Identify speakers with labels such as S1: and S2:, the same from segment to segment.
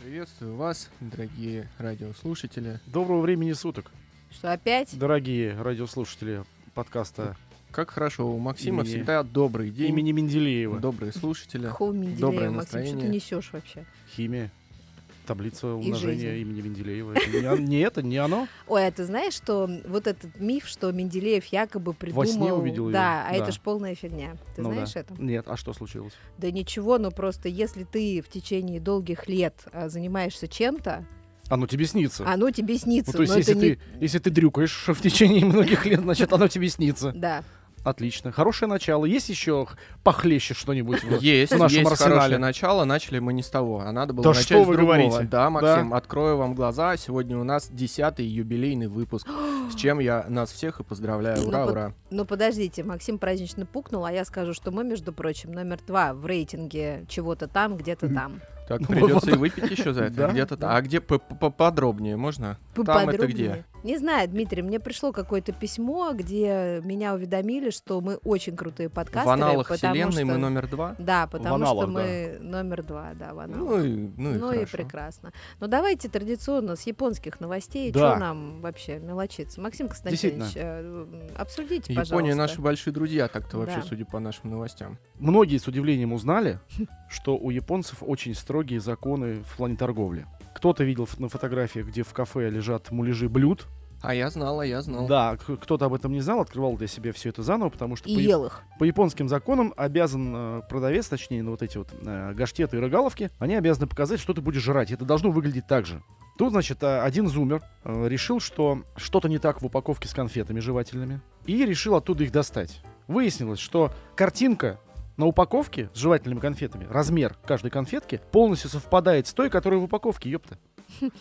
S1: Приветствую вас, дорогие радиослушатели.
S2: Доброго времени суток,
S3: Что опять?
S2: дорогие радиослушатели подкаста
S1: Как хорошо, у Максима
S2: Имени-
S1: всегда добрый день,
S2: имени Менделеева.
S1: добрые слушатели.
S3: Какого
S1: Доброе
S3: Менделеева, Максим, что ты
S1: настроение.
S3: несешь вообще?
S2: Химия, таблица умножения
S3: жизнь.
S2: имени Менделеева. Это Не, он- не это, не оно.
S3: Ой, а ты знаешь, что вот этот миф, что Менделеев якобы придумал...
S2: сне увидел
S3: Да,
S2: её,
S3: а
S2: да.
S3: это ж полная фигня. Ты
S2: Ну да.
S3: знаешь это?
S2: Нет, а что случилось?
S3: Да ничего, но просто если ты в течение долгих лет а, занимаешься чем-то,
S2: Оно тебе снится.
S3: оно тебе снится.
S2: Ну, то есть,
S3: но
S2: если,
S3: А, это не-
S2: ты, если ты дрюкаешь в течение многих лет, значит, оно тебе снится.
S3: Да.
S2: Отлично. Хорошее начало. Есть еще х- похлеще что-нибудь? в-
S1: Есть,
S2: В нашем
S1: есть
S2: арсенале.
S1: хорошее начало, начали мы не с того, а надо было
S2: Да
S1: начать
S2: что
S1: с
S2: вы
S1: другого.
S2: говорите?
S1: Да, Максим, открою вам глаза, сегодня у нас десятый юбилейный выпуск, с чем я нас всех и поздравляю,
S3: Ну,
S1: ура,
S3: под-
S1: ура.
S3: Но подождите, Максим празднично пукнул, а я скажу, что мы, между прочим, номер два в рейтинге чего-то там, где-то там.
S1: Так,
S2: Ну,
S1: придется
S2: вот.
S1: и выпить еще за это,
S2: Да,
S1: где-то
S2: да.
S1: там. А где п- п- подробнее можно? Там это где?
S3: Поподробнее. Не знаю, Дмитрий, мне пришло какое-то письмо, где меня уведомили, что мы очень крутые подкастеры.
S1: В аналах
S3: потому
S1: вселенной
S3: что-
S1: мы номер два?
S3: Да, потому
S2: аналах,
S3: что
S2: да.
S3: мы номер два, да, в аналах.
S1: Ну и, ну и
S3: Ну и
S1: хорошо.
S3: прекрасно. Но давайте традиционно с японских новостей.
S2: Да.
S3: Что нам вообще мелочиться? Максим Константинович, э, обсудите,
S1: Япония наши
S3: пожалуйста.
S1: большие друзья так-то вообще,
S3: Да.
S1: судя по нашим новостям.
S2: Многие с удивлением узнали, что у японцев очень строгие законы в плане торговли. Кто-то видел ф- на фотографиях, где в кафе лежат муляжи блюд.
S1: А я знала, я знал.
S2: Да, к- кто-то об этом не знал, открывал для себя все это заново, потому что
S3: И
S2: по, я-
S3: ел их.
S2: по японским законам обязан э, продавец, точнее, ну вот эти вот э, гаштеты и рыгаловки, они обязаны показать, что ты будешь жрать. Это должно выглядеть так же. Тут, значит, э, один зумер э, решил, что что-то не так в упаковке с конфетами жевательными, и решил оттуда их достать. Выяснилось, что картинка на упаковке с жевательными конфетами, размер каждой конфетки полностью совпадает с той, которая в упаковке, ёпта.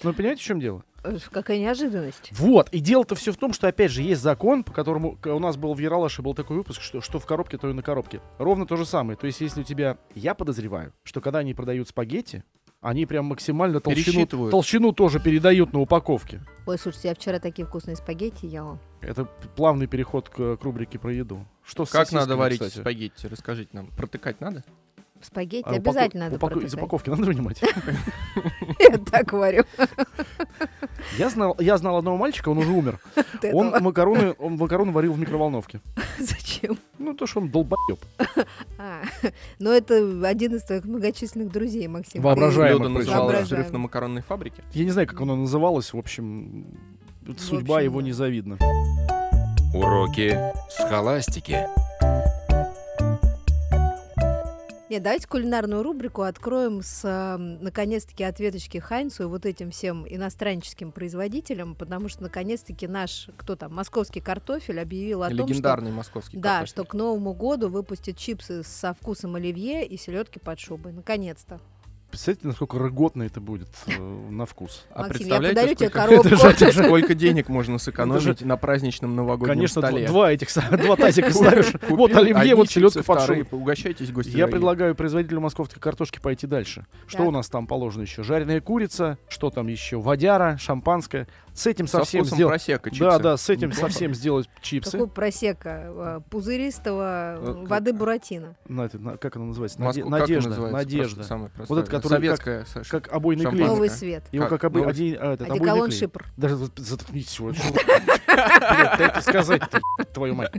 S2: Ну, понимаете, в чем дело?
S3: Э, Какая неожиданность.
S2: Вот, и дело-то все в том, что, опять же, есть закон, по которому к- у нас был в Яралаше был такой выпуск, что, что в коробке, то и на коробке. Ровно то же самое. То есть, если у тебя... Я подозреваю, что когда они продают спагетти, они прям максимально толщину,
S1: Пересчитывают.
S2: толщину тоже передают на упаковке.
S3: Ой, слушайте, я вчера такие вкусные спагетти ела.
S2: Это п- плавный переход к, к рубрике про еду. Что с
S1: Как
S2: сосисками,
S1: надо варить
S2: кстати?
S1: спагетти? Расскажите нам. Протыкать надо?
S3: Спагетти
S2: А упако-
S3: обязательно надо
S2: упако- Из
S3: протыкать.
S2: упаковки надо вынимать.
S3: Я так говорю.
S2: Я знал, я знал одного мальчика, он уже умер.
S3: от
S2: Он
S3: этого.
S2: макароны, он макароны варил в микроволновке.
S3: Зачем?
S2: Ну, то, что он долбоеб.
S3: А, ну это один из твоих многочисленных друзей, Максим.
S2: Воображаем. Воображаемо
S1: Люда
S2: происходит.
S1: называла
S3: Воображаемо.
S1: взрыв на макаронной фабрике.
S2: Я не знаю, как оно называлось, в общем,
S3: В
S2: судьба
S3: общем,
S2: его
S3: да.
S2: незавидна.
S4: Уроки схоластики.
S3: Ты- Нет, давайте кулинарную рубрику откроем с, э, наконец-таки, ответочки Хайнцу и вот этим всем иностранческим производителям, потому что, наконец-таки, наш, кто там, московский картофель объявил о том, что...
S1: Легендарный московский
S3: Да,
S1: картофель.
S3: что к Новому году выпустят чипсы со вкусом оливье и селедки под шубой. Наконец-то.
S2: Представляете, насколько роготно это будет э, на вкус.
S1: А
S3: Максим, я
S1: представляете,
S3: подарю тебе
S1: сколько,
S3: коробку.
S2: Это же- это же-
S1: сколько денег можно сэкономить
S2: Это
S1: на праздничном новогоднем
S2: Конечно, дв-
S1: столе?
S2: два этих, са- два тазика ставишь.
S1: Купил
S2: Вот оливье,
S1: одни
S2: вот
S1: чипсы,
S2: селедка под
S1: вторые.
S2: шубой.
S1: Угощайтесь, гости
S2: Я
S1: дорогие.
S2: предлагаю производителю московской картошки пойти дальше. Что
S3: Так.
S2: у нас там положено еще? Жареная курица, что там еще? Водяра, шампанское. С этим
S1: Со
S2: совсем
S1: вкусом
S2: сделать...
S1: просека чипсы.
S2: Да, да, с этим
S1: Неплохо.
S2: совсем сделать чипсы.
S3: Такого просека э, пузыристого
S1: Э,
S3: э,
S1: как-
S3: воды буратино.
S2: На это- на- Как она называется? Наде-
S1: Моско- как
S2: Надежда.
S1: называется? Просто
S2: Надежда.
S1: самое простое.
S2: этот, который как-
S1: Советская, Саша.
S2: Как обойный клей.
S1: Шампанское.
S3: Новый свет.
S2: Его
S1: Как?
S2: как обы-
S1: Ну,
S2: один- а, этот, обойный
S3: Одеколон
S2: клей.
S3: Шипр.
S2: Даже вот заткнитесь, чего? Дайте сказать-то, ебать твою мать.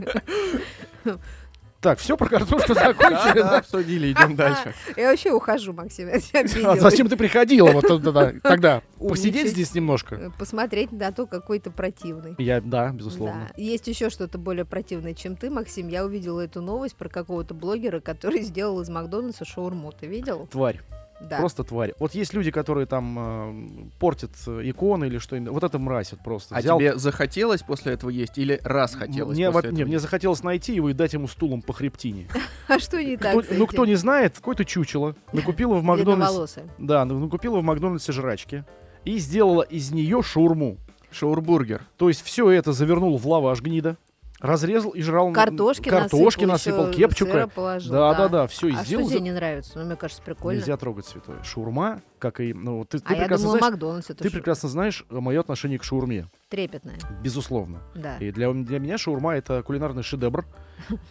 S2: Так, все про картошку
S1: Да,
S2: закончили.
S1: да,
S2: да?
S1: обсудили, идем дальше.
S3: Я вообще ухожу, Максим. я тебя
S2: А
S3: обидела.
S2: зачем ты приходила вот тогда? тогда? Посидеть
S3: Умничать.
S2: здесь немножко?
S3: Э, Посмотреть на то, какой ты противный.
S2: Я, да, безусловно.
S3: Да. Есть еще что-то более противное, чем ты, Максим. Я увидела эту новость про какого-то блогера, который сделал из Макдональдса шаурму. Ты видел?
S2: Тварь,
S3: Да.
S2: просто тварь. Вот есть люди, которые там э, портят э, иконы или что-нибудь. Вот это мразь вот просто.
S1: А
S2: Взял-
S1: тебе захотелось после этого есть или раз хотелось
S2: Мне,
S1: после
S2: вот-
S1: этого
S2: не, мне
S1: есть?
S2: захотелось найти его и дать ему стулом по хребтине.
S3: А что не так?
S2: Кто-
S3: с
S2: ну, кто
S3: этим?
S2: не знает, какое-то чучело накупила в Макдональдсе.
S3: Длинноволосая.
S2: Да, ну, накупила в Макдональдсе жрачки и сделала из нее шаурму.
S1: Шаурбургер.
S2: То есть все это завернул в лаваш гнида, разрезал и жрал... на-
S3: Картошки,
S2: картошки насыпал,
S3: насыпал, ещё сыра
S2: кепчука.
S3: положил,
S2: Да, да, да, все, и
S3: А что
S2: сделал.
S3: тебе
S2: за-
S3: не нравится? Ну, мне кажется, прикольно.
S2: Нельзя трогать святое. Шаурма, как и... Ну, ты, ты
S3: А я
S2: прекрасно
S3: думала,
S2: знаешь...
S3: Макдональдс это
S2: Ты
S3: ш-
S2: прекрасно знаешь мое отношение к шаурме,
S3: трепетное.
S2: безусловно.
S3: Да.
S2: И для, для меня шаурма это кулинарный шедевр.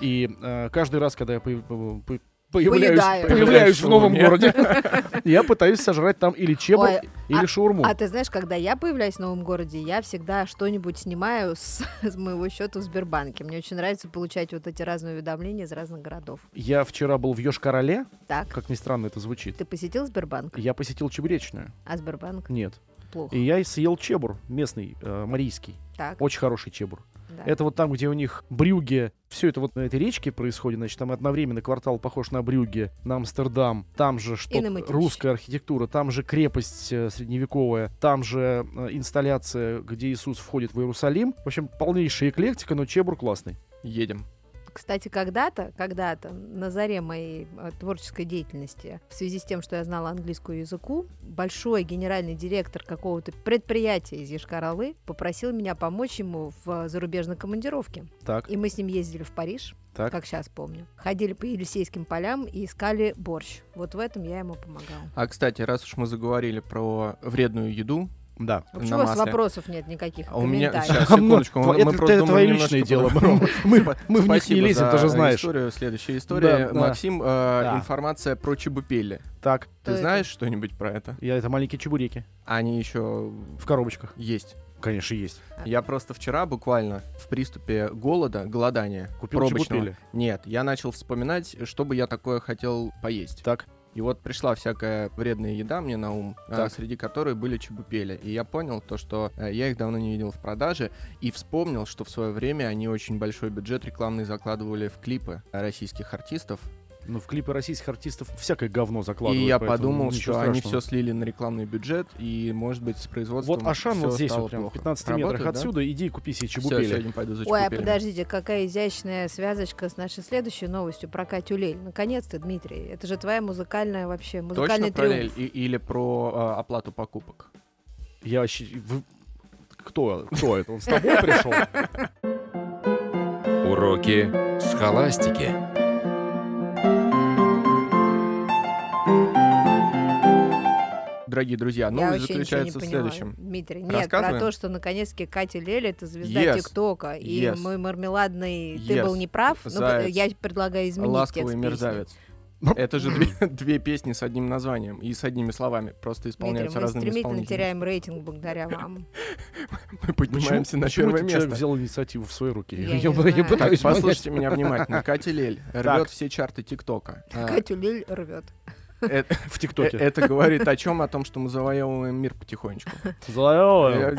S2: И э, каждый раз, когда я по- по- по- появляюсь,
S3: Поедаю.
S2: появляюсь в новом
S1: Шаурме.
S2: городе, я пытаюсь сожрать там или чебу,
S3: Ой,
S2: или шаурму.
S3: А ты знаешь, когда я появляюсь в новом городе, я всегда что-нибудь снимаю с, с моего счета в Сбербанке. Мне очень нравится получать вот эти разные уведомления из разных городов.
S2: Я вчера был в Йошкар-Оле,
S3: Так,
S2: как ни странно это звучит.
S3: ты посетил Сбербанк?
S2: Я посетил чебуречную.
S3: А Сбербанк
S2: Нет.
S3: плохо.
S2: И я и съел чебур местный, э, марийский.
S3: Так,
S2: Очень хороший чебур.
S3: да.
S2: Это вот там, где у них брюги, все это вот на этой речке происходит, значит, там одновременно квартал похож на брюги, на Амстердам, там же что
S3: И на Матюш.
S2: русская архитектура, там же крепость э, средневековая, там же э, инсталляция, где Иисус входит в Иерусалим. В общем, полнейшая эклектика, но чебур классный.
S1: Едем.
S3: Кстати, когда-то, когда-то, на заре моей э, творческой деятельности, в связи с тем, что я знала английскую языку, большой генеральный директор какого-то предприятия из Ешкаралы попросил меня помочь ему в э, зарубежной командировке.
S2: Так,
S3: И мы с ним ездили в Париж,
S2: Так.
S3: как сейчас помню. Ходили по Елисейским полям и искали борщ. Вот в этом я ему помогала.
S1: А, кстати, раз уж мы заговорили про вредную еду,
S2: да.
S3: А
S1: На
S3: Почему у вас
S1: масле.
S3: вопросов нет никаких?
S1: а у меня...
S3: комментариев?
S1: Сейчас, секундочку. мы-
S2: Тво-
S1: мы
S2: это,
S1: просто
S2: это
S1: думали
S2: твое
S1: немножко
S2: личное дело.
S1: по-другому.
S2: Бром. Мы, мы в них не
S1: Спасибо
S2: лезем,
S1: за
S2: ты же знаешь.
S1: Историю. Следующая история.
S2: Да, да.
S1: Максим, э,
S2: Да.
S1: информация про чебупели.
S2: Так,
S3: Что
S1: Ты
S3: это?
S1: знаешь что-нибудь про это?
S2: я это маленькие чебуреки
S1: Они еще
S2: в коробочках.
S1: есть.
S2: Конечно, есть.
S1: Я просто вчера буквально в приступе голода, голодания,
S2: Купил
S1: пробочного.
S2: чебупели.
S1: Нет, я начал вспоминать, что бы я такое хотел поесть.
S2: Так.
S1: И вот пришла всякая вредная еда мне на ум, а,
S2: Так.
S1: среди которой были чебупели. И я понял то, что э, я их давно не видел в продаже, и вспомнил, что в свое время они очень большой бюджет рекламный закладывали в клипы российских артистов.
S2: Ну, в клипы российских артистов всякое говно закладывают.
S1: и я
S2: поэтому
S1: подумал,
S2: ничего
S1: что они
S2: страшного.
S1: все слили на рекламный бюджет, и, может быть, с производством
S2: Вот Ашан
S1: всё
S2: вот здесь
S1: стало
S2: вот прям в
S1: плохо.
S2: 15
S1: Работает,
S2: метрах
S1: да?
S2: отсюда, иди и купи себе
S1: Всё,
S2: чебупели.
S1: сегодня пойду за
S3: Ой, а
S1: чебупелями.
S3: подождите, какая изящная связочка с нашей следующей новостью про Катю Лель. Наконец-то, Дмитрий, это же твоя музыкальная вообще, музыкальный
S1: Точно про
S3: триумф.
S1: Эль и- или про э, оплату покупок?
S2: Я вообще... вы- Кто, кто это? Он с тобой пришел?
S4: Уроки схоластики.
S1: Дорогие друзья,
S3: Я
S1: А новость
S3: вообще ничего не
S1: заключается в
S3: понимаю.
S1: следующем.
S3: Дмитрий, нет, про
S1: Рассказываем?
S3: то, что наконец-таки Катя Лель это звезда
S1: Yes.
S3: ТикТока. И
S1: Yes.
S3: мой мармеладный ты
S1: Yes.
S3: был неправ. Ну,
S1: Заяц.
S3: я предлагаю изменить
S1: Ласковый
S3: текст песни.
S1: мерзавец. Это же две, две песни с одним названием и с одними словами, просто
S3: Дмитрий,
S1: исполняются
S3: мы
S1: разными
S3: стремительно
S1: исполнителями.
S3: теряем рейтинг благодаря вам.
S1: Мы поднимаемся на
S2: почему
S1: первое
S2: этот человек
S1: место.
S2: взял инициативу в свои руки?
S3: Я не знаю.
S1: Так,
S2: пытаюсь понять.
S1: послушайте меня внимательно. Катя Лель рвет все чарты ТикТока. А,
S3: Катю Лель рвет.
S1: э, э,
S2: В ТикТоке.
S1: Это говорит о чем? О том, что мы завоевываем мир потихонечку.
S2: Здорово.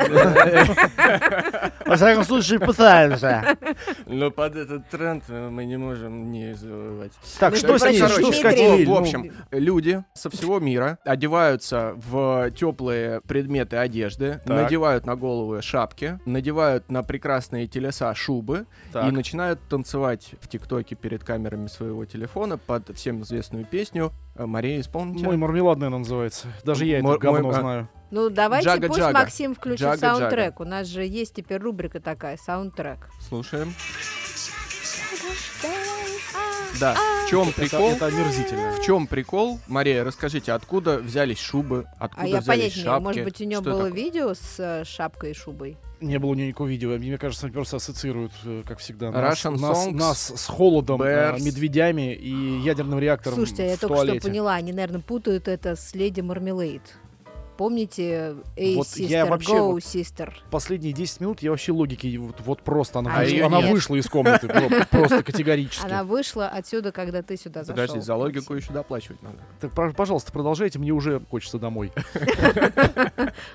S2: Во всяком случае, пытаемся.
S1: Но под этот тренд э, мы не можем не завоевать.
S2: Так,
S3: Ну,
S2: А что с
S3: короче,
S2: ней? Что с
S3: Дмитрий.
S2: Катей?
S1: В
S2: Ну,
S1: общем, люди со всего мира одеваются в теплые предметы одежды,
S2: Так.
S1: надевают на головы шапки, надевают на прекрасные телеса шубы и
S2: так.
S1: начинают танцевать в ТикТоке перед камерами своего телефона под всем известную песню. Э, Мария, исполните?
S2: Мой мармеладный она называется. Даже я это
S1: Мой-
S2: говно
S1: мой-
S2: знаю.
S3: Ну, давайте
S1: Джага,
S3: пусть
S1: джага.
S3: Максим включит
S1: Джага, джага.
S3: саундтрек. У нас же есть теперь рубрика такая, саундтрек.
S1: Слушаем. Да, в чем
S2: Это
S1: прикол?
S2: это омерзительно.
S1: В чем прикол? Мария, расскажите, откуда взялись шубы, откуда
S3: А я
S1: взялись
S3: понять не имею,
S1: шапки?
S3: может быть, у него
S1: Что
S3: было
S1: такое?
S3: видео с э, шапкой и шубой.
S2: Не было у нее никакого видео. Мне кажется, они просто ассоциируют, э, как всегда, нас,
S1: Russian
S2: нас-
S1: songs,
S2: нас с холодом, э,
S1: bears.
S2: медведями и ядерным реактором
S3: Слушайте, я
S2: в
S3: только
S2: туалете.
S3: что поняла, они, наверное, путают это с Леди Мармелейд. Помните Эй,
S2: Вот я
S3: Систер,
S2: вообще
S3: Go,
S2: вот-
S3: Систер?
S2: Последние 10 минут я вообще логики и вот, вот просто... Она,
S1: А
S2: вышла,
S1: её
S2: она
S3: нет.
S2: вышла из комнаты про- просто категорически.
S3: Она вышла отсюда, когда ты сюда зашел.
S1: Подожди, за логику еще доплачивать надо.
S2: Так, пож- пожалуйста, продолжайте, мне уже хочется домой.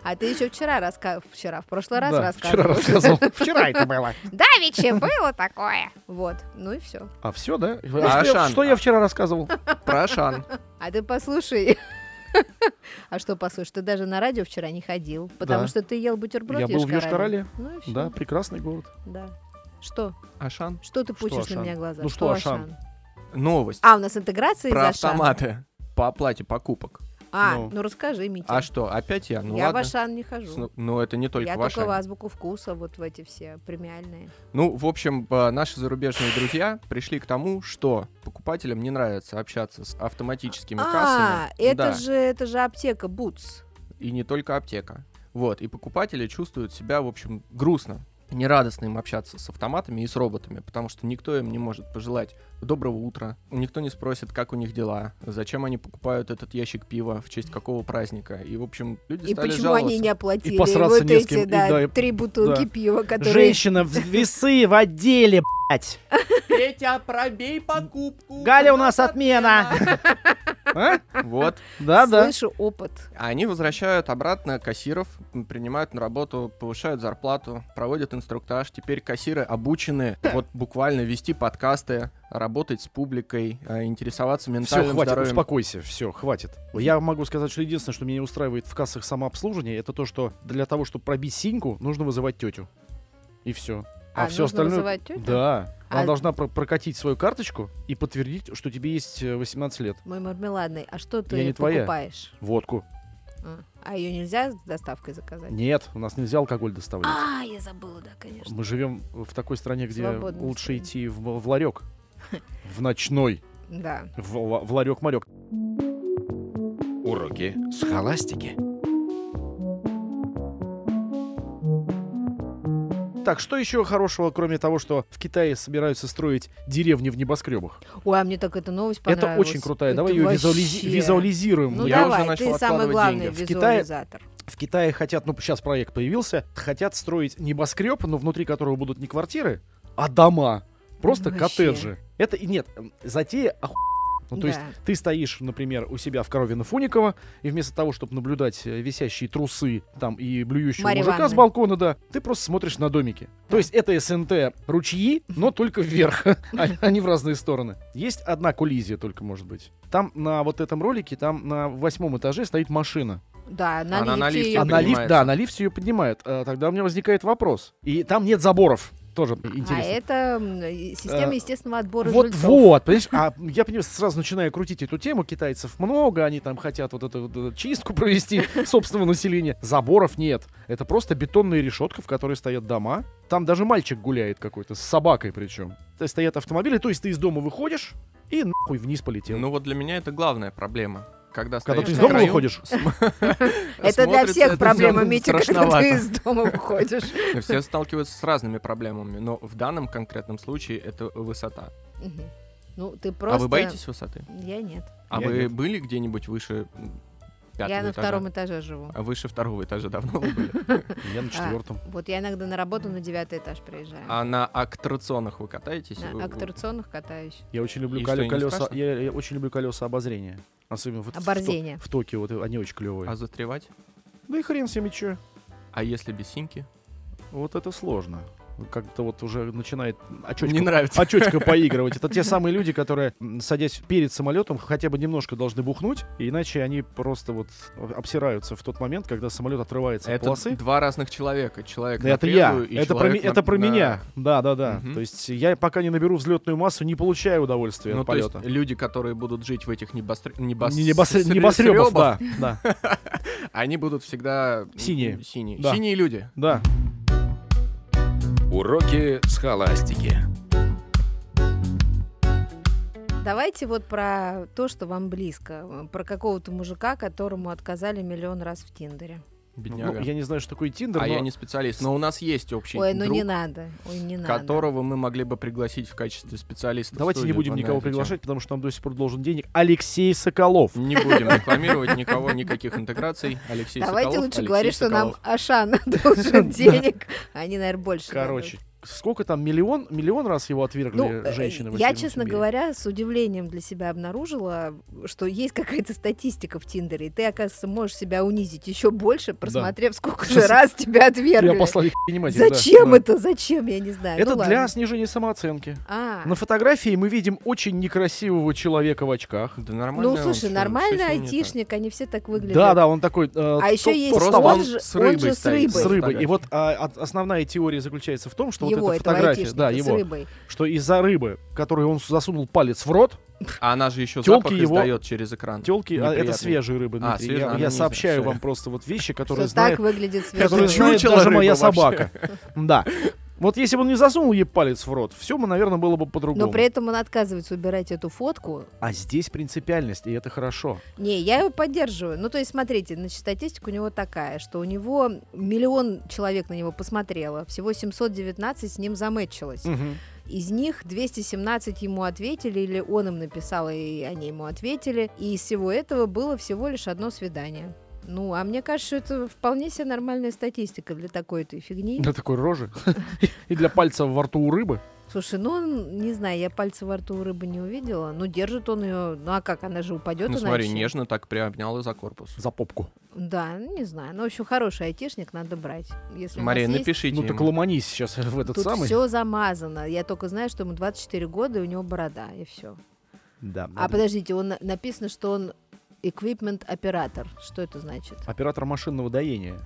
S3: А ты еще вчера, раска... вчера, в прошлый раз
S2: Да, вчера
S3: рассказывал.
S2: рассказывал. Вчера это было.
S3: Да, Вичи, было такое. Вот, ну и все.
S2: А все, да? А
S1: А,
S2: что, я,
S1: Шан.
S2: что я вчера рассказывал?
S1: Про Ашан.
S3: А ты послушай. А что послушай? Ты даже на радио вчера не ходил, потому
S2: Да.
S3: что ты ел бутерброд
S2: Я был в
S3: Йошкар-Оле.
S2: Йошкар-Оле.
S3: Ну и всё,
S2: Да, прекрасный город.
S3: да. Что?
S1: Ашан.
S3: Что ты
S2: Что,
S3: пучишь на
S2: Ашан?
S3: меня глаза?
S2: Ну что, Ашан?
S1: Новость.
S3: А, у нас интеграция из
S1: Про
S3: Ашана?
S1: автоматы по оплате покупок.
S3: А,
S2: Ну.
S3: ну, расскажи, Митя.
S1: А что, опять я? Ну
S3: я
S1: ладно.
S3: в Ашан не хожу.
S1: С- Ну, это не только
S3: я
S1: ваша.
S3: только в азбуку вкуса, вот в эти все премиальные.
S1: Ну, в общем, э, наши зарубежные друзья пришли к тому, что покупателям не нравится общаться с автоматическими
S3: А,
S1: кассами.
S3: это
S1: Да,
S3: же это же аптека Бутс.
S1: И не только аптека. Вот, и покупатели чувствуют себя, в общем, грустно. Нерадостно им общаться с автоматами и с роботами, потому что никто им не может пожелать доброго утра. Никто не спросит, как у них дела, зачем они покупают этот ящик пива, в честь какого праздника. И, в общем, люди
S3: И
S1: стали
S3: почему
S1: жаловаться.
S3: они не оплатили
S2: И посраться
S3: вот
S2: не с
S3: эти,
S2: кем, и
S3: да,
S2: да, и-
S3: три бутылки
S2: да.
S3: пива, которые...
S2: Женщина в весы в отделе, блять.
S1: Петя, пробей покупку.
S2: Галя, у нас отмена.
S1: Вот.
S2: А? Да, да.
S3: Слышу опыт.
S1: А Они возвращают обратно кассиров, м, принимают на работу, повышают зарплату, проводят инструктаж. Теперь кассиры обучены вот буквально вести подкасты, работать с публикой, э, интересоваться
S2: Все,
S1: ментальным
S2: хватит,
S1: здоровьем.
S2: успокойся, все, хватит. Я могу сказать, что единственное, что меня не устраивает в кассах самообслуживания, это то, что для того, чтобы пробить синьку, нужно вызывать тетю. И все. А,
S3: А,
S2: все
S3: нужно
S2: остальное...
S3: вызывать тетю?
S2: Да. Она
S3: А-
S2: должна про- прокатить свою карточку и подтвердить, что тебе есть э, 18 лет.
S3: Мой мармеладный, а что ты
S2: не твоя.
S3: покупаешь?
S2: Водку.
S3: А, А ее нельзя с доставкой заказать?
S2: Нет, у нас нельзя алкоголь доставлять.
S3: А, я забыла, да, конечно.
S2: Мы живем в такой стране, где
S3: Свободная
S2: лучше
S3: страна.
S2: идти в, м- в ларек. В ночной.
S3: Да.
S2: В, ла- в ларек-марек.
S4: Уроки схоластики.
S2: Так, что еще хорошего, кроме того, что в Китае собираются строить деревни в небоскребах?
S3: Ой, а мне так эта новость
S2: Это
S3: понравилась.
S2: очень крутая. Давай
S3: Это
S2: ее
S3: вообще.
S2: визуализируем.
S3: Ну
S1: Я уже
S3: давай,
S1: начал
S3: ты самый
S1: откладывать
S3: главный
S1: деньги.
S2: В Китае-
S3: визуализатор.
S2: В Китае хотят, ну сейчас проект появился, хотят строить небоскреб, но внутри которого будут не квартиры, а дома. Просто
S3: Вообще.
S2: коттеджи. Это и нет, м, затея оху... Ну, то есть
S3: Да.
S2: ты стоишь, например, у себя в коровино Фуникова, и вместо того, чтобы наблюдать э, висящие трусы там и блюющего
S3: Марьи
S2: мужика с
S3: Ивановны.
S2: балкона, да, ты просто смотришь на домики. То есть это СНТ ручьи, но только вверх, а а не в разные стороны. Есть одна коллизия только, может быть. Там на вот этом ролике, там на восьмом этаже стоит машина.
S3: Да, на
S1: Она на
S3: лифте
S1: лифте
S3: её
S2: А на лифт,
S1: поднимается.
S2: да, на лифте ее поднимает. А, Тогда у меня возникает вопрос. И там нет заборов. Тоже
S3: А
S2: интересно.
S3: это м, и- система
S2: Э,
S3: естественного отбора
S2: Вот,
S3: жильцов.
S2: вот, понимаешь? А я понимаю, сразу начинаю крутить эту тему. Китайцев много, они там хотят вот эту вот, э, чистку провести собственного населения. Заборов нет. Это просто бетонная решетка, в которой стоят дома. Там даже мальчик гуляет какой-то, с собакой причем. То есть Стоят автомобили, то есть ты из дома выходишь и нахуй вниз полетел.
S1: Ну вот для меня это главная проблема. Когда,
S2: Когда
S1: стоишь
S2: ты из
S1: на
S2: дома
S1: краю,
S2: выходишь,
S3: Это для
S1: смотрится
S3: всех
S1: это
S3: проблема,
S1: всё
S3: Митя, когда
S1: страшновато.
S3: ты из дома выходишь.
S1: Все сталкиваются с разными проблемами, но в данном конкретном случае это высота.
S3: Мгм. Ну, ты просто...
S1: А вы боитесь высоты?
S3: Я нет.
S1: А
S2: Я
S1: вы
S2: нет.
S1: были где-нибудь выше м, пятого
S3: Я на
S1: этажа?
S3: втором этаже живу.
S1: А выше второго этажа давно вы были?
S2: я
S3: а,
S2: на четвертом.
S3: Вот я иногда на работу на девятый этаж приезжаю.
S1: А на аттракционах вы катаетесь?
S2: э,
S3: На
S1: Вы-
S3: аттракционах катаюсь.
S2: Я очень люблю
S1: И
S2: коле-
S1: что, не
S2: колеса.
S1: страшно?
S2: Я, я очень люблю колеса обозрения. Особенно вот в- в То-
S3: Оборзение.
S2: В, Токио, вот они очень клевые.
S1: А застревать?
S2: Да и хрен с ними чё.
S1: А если без синьки?
S2: Вот это сложно. Как-то вот уже начинает очечко,
S1: Не нравится.
S2: очечко поигрывать. Это те самые люди, которые, м, садясь перед самолетом, хотя бы немножко должны бухнуть, иначе они просто вот обсираются в тот момент, когда самолет отрывается от
S1: Это
S2: полосы.
S1: два разных человека. Человек
S2: Да
S1: на
S2: это я.
S1: трезвую и
S2: Это про,
S1: человек
S2: ми-
S1: на-
S2: это про
S1: на-
S2: меня. Да, да, да.
S1: Мгм.
S2: То есть я пока не наберу взлетную массу, не получаю удовольствия
S1: Ну,
S2: от
S1: то есть
S2: полета.
S1: люди, которые будут жить в этих небостр... небос...
S2: Не- небос-
S1: срё-
S2: Небоскребов,
S1: срёбах,
S2: да. Да.
S1: они будут всегда...
S2: Синие.
S1: Синие.
S2: Да.
S1: Синие люди.
S2: Да.
S4: Уроки схоластики.
S3: Давайте вот про то, что вам близко. э, Про какого-то мужика, которому отказали миллион раз в Тиндере.
S1: Бедняга.
S2: Ну, я не знаю, что такое Тиндер,
S1: А
S2: но
S1: я не специалист, но у нас есть общий
S3: Ой, ну
S1: друг,
S3: не надо. Ой, не надо.
S1: которого мы могли бы пригласить в качестве специалиста. в
S2: давайте не
S1: студию
S2: будем
S1: на
S2: никого
S1: эту тему.
S2: приглашать, потому что нам до сих пор должен денег Алексей Соколов.
S1: Не будем рекламировать никого, никаких интеграций. Алексей
S3: Давайте
S1: Соколов,
S3: лучше
S1: Алексей
S3: говорить, что нам
S1: Соколов.
S3: Ашан должен денег. Они, наверное, больше.
S2: Короче, сколько там миллион, миллион раз его отвергли
S3: дадут. Ну, э,
S2: женщины? во
S3: я,
S2: всем
S3: честно
S2: мире?
S3: говоря, с удивлением для себя обнаружила, что есть какая-то статистика в Тиндере, и ты, оказывается, можешь себя унизить еще больше, просмотрев, сколько же
S2: Сейчас-
S3: раз тебя
S2: Ну, я
S3: отвергли.
S2: послал их понимать.
S3: Зачем это? Зачем? Я не знаю.
S2: Это
S3: Ну
S2: для
S3: ладно.
S2: снижения самооценки.
S3: А,
S2: На фотографии мы видим очень некрасивого человека в очках.
S1: Да нормально.
S3: ну
S1: он,
S3: слушай,
S1: что-
S3: нормальный
S1: что с ним не так?
S3: айтишник, они все так выглядят.
S2: Да, да, он такой. э,
S3: А еще есть
S1: просто
S3: он,
S1: он
S3: же,
S1: с
S3: он
S1: рыбой
S3: же с
S1: стоит.
S3: рыбой.
S2: с
S1: рыбой.
S2: рыбой. И вот а, от- основная теория заключается в том, что вот
S3: его,
S2: эта
S3: этого
S2: фотография,
S3: айтишника,
S2: да,
S3: с
S2: его,
S3: рыбой.
S2: что из-за рыбы, которой он засунул палец в рот,
S1: А она же еще
S2: Тёлки
S1: запах
S2: его-
S1: издает через экран.
S2: телки, а, это
S1: Неприятный.
S2: свежие рыбы.
S1: А,
S2: Дмитрий.
S1: свежие,
S2: я
S1: она
S2: я
S1: не
S2: сообщаю
S1: знает,
S2: вам просто вот вещи, которые
S3: Что
S2: знает
S3: так выглядит свежий
S2: который
S1: Это
S3: рыб.
S2: знает
S1: чучело
S2: даже
S1: рыбы
S2: моя
S1: вообще.
S2: собака. Да. Вот если бы он не засунул ей палец в рот, все бы, наверное, было бы по-другому.
S3: Но при этом он отказывается убирать эту фотку.
S2: А здесь принципиальность, и это хорошо.
S3: Не, я его поддерживаю. Ну, то есть, смотрите, значит, статистика у него такая, что у него миллион человек на него посмотрело, всего 719 с ним замечилось. Из них 217 ему ответили, или он им написал, и они ему ответили. И из всего этого было всего лишь одно свидание. Ну, а мне кажется, что это вполне себе нормальная статистика для такой-то фигни.
S2: Для такой рожи. И для пальца во рту у рыбы.
S3: Слушай, ну, он, не знаю, я пальца во рту у рыбы не увидела. Ну, держит он ее. Ну, а как, она же упадет
S1: Ну смотри,
S3: иначе.
S1: нежно так приобнял и за корпус.
S2: За попку.
S3: Да, ну, не знаю. Ну, в общем, хороший айтишник надо брать. Если у нас
S1: Мария,
S3: есть,
S1: напишите
S2: Ну
S1: ему.
S2: так ломанись сейчас в этот
S3: Тут
S2: самый.
S3: все замазано. Я только знаю, что ему 24 года, и у него борода, и все.
S2: Да.
S3: А подождите, он на- написано, что он equipment оператор. Что это значит?
S2: Оператор машинного доения.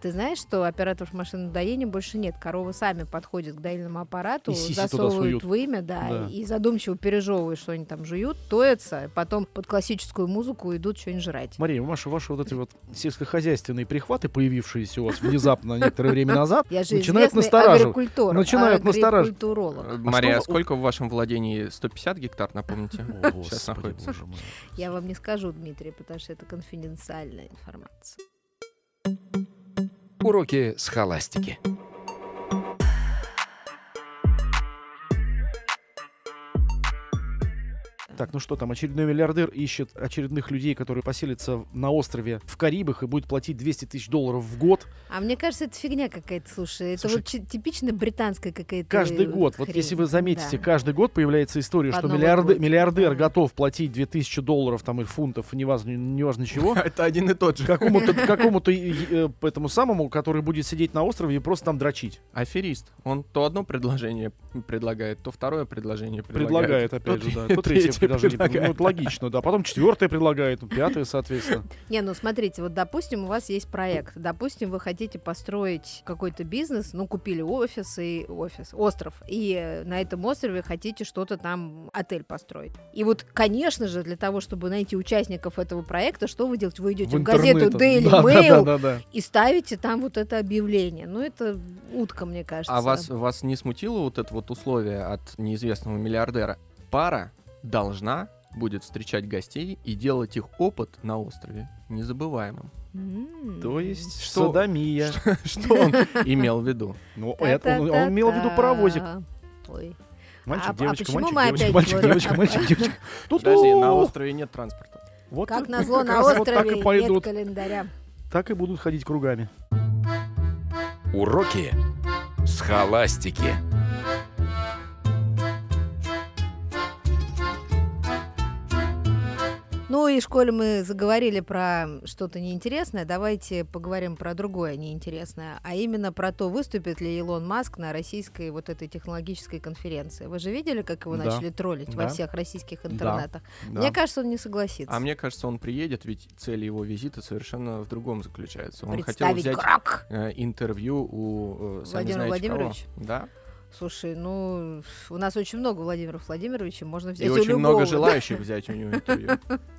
S3: Ты знаешь, что операторов машин доения больше нет. Коровы сами подходят к доильному аппарату,
S2: И сиси туда суют.
S3: засовывают вымя, да,
S2: Да.
S3: и задумчиво пережевывают, что они там жуют, тоятся, а потом под классическую музыку идут что-нибудь жрать.
S2: Мария, Маша, ваши вот эти вот сельскохозяйственные прихваты, появившиеся у вас внезапно некоторое время назад,
S3: Я же
S2: начинают
S3: известный
S2: настораживать.
S3: агрикультор,
S2: Начинают настораживать.
S3: агрикультуролог.
S1: Э, Мария,
S2: что
S1: а
S2: вы-
S1: сколько в вашем владении? 150 гектар, напомните?
S2: О,
S1: Сейчас
S2: господи,
S1: находится.
S2: боже мой.
S3: Я вам не скажу, Дмитрий, потому что это конфиденциальная информация.
S4: Уроки схоластики.
S2: Так, ну что там, очередной миллиардер ищет очередных людей, которые поселятся в- на острове в Карибах и будет платить 200 тысяч долларов в год.
S3: А мне кажется, это фигня какая-то, слушай. Это
S2: Слушай,
S3: вот чи- типично британская какая-то
S2: Каждый год, вот
S3: Э, хрень.
S2: если вы заметите,
S3: Да.
S2: каждый год появляется история,
S3: Под
S2: что
S3: Новый
S2: миллиарды-
S3: год.
S2: миллиардер
S3: Да.
S2: готов платить 2000 долларов там или фунтов, неважно, неважно чего,
S1: Это один и тот же.
S2: какому-то какому-то э, э, этому самому, который будет сидеть на острове и просто там дрочить.
S1: Аферист. Он то одно предложение предлагает, то второе предложение предлагает.
S2: Предлагает, опять
S1: то
S2: же, да.
S1: тре-
S2: То третье
S1: третье
S2: предложение. Ну,
S1: предлагает.
S2: это логично, да. Потом четвертое предлагает, ну, пятое, соответственно.
S3: Не, ну смотрите, вот допустим, у вас есть проект, допустим, вы хотите построить какой-то бизнес, ну купили офис и офис, остров, и э, на этом острове хотите что-то там, отель построить. И вот, конечно же, для того, чтобы найти участников этого проекта, что вы делаете? Вы идете в, газету
S2: интернет.
S3: Daily
S2: Да, да, да,
S3: Mail
S2: да, да.
S3: и ставите там вот это объявление. Ну это утка, мне кажется.
S1: А вас, вас не смутило вот это вот условие от неизвестного миллиардера? Пара должна будет встречать гостей и делать их опыт на острове незабываемым.
S3: М.
S2: То есть,
S1: Что-
S2: садомия.
S1: Что он имел в виду?
S2: Ну, это он, он имел в виду
S3: Та-та-та-та.
S2: паровозик.
S3: Ой.
S2: Мальчик,
S3: А- а
S2: девочка,
S3: почему
S2: мальчик, девочка,
S3: мы опять
S2: мальчик,
S3: говорим
S2: девочка,
S3: об
S2: мальчик, девочка. Тут ну,
S1: Подожди, на острове нет транспорта.
S2: Вот
S3: Как
S2: тут
S3: назло,
S2: как
S3: на
S2: раз вот так
S3: острове
S2: и
S3: нет
S2: пойдут,
S3: календаря.
S2: так и будут ходить кругами.
S4: Уроки схоластики.
S3: Ну и в школе мы заговорили про что-то неинтересное. Давайте поговорим про другое неинтересное, а именно про то, выступит ли Илон Маск на российской вот этой технологической конференции. Вы же видели, как его
S2: Да.
S3: начали троллить во
S2: Да.
S3: всех российских
S2: Да.
S3: интернетах?
S2: Да.
S3: Мне кажется, он не согласится.
S1: А мне кажется, он приедет, ведь цель его визита совершенно в другом заключается. Он хотел
S3: Представить
S1: взять
S3: крак.
S1: э, интервью у э, сами
S3: Владимира
S1: знаете кого.
S3: Владимировича?
S1: Да.
S3: Слушай, ну у нас очень много Владимиров Владимировича, можно взять
S1: И
S3: у
S1: очень
S3: любого.
S1: много желающих взять у него интервью.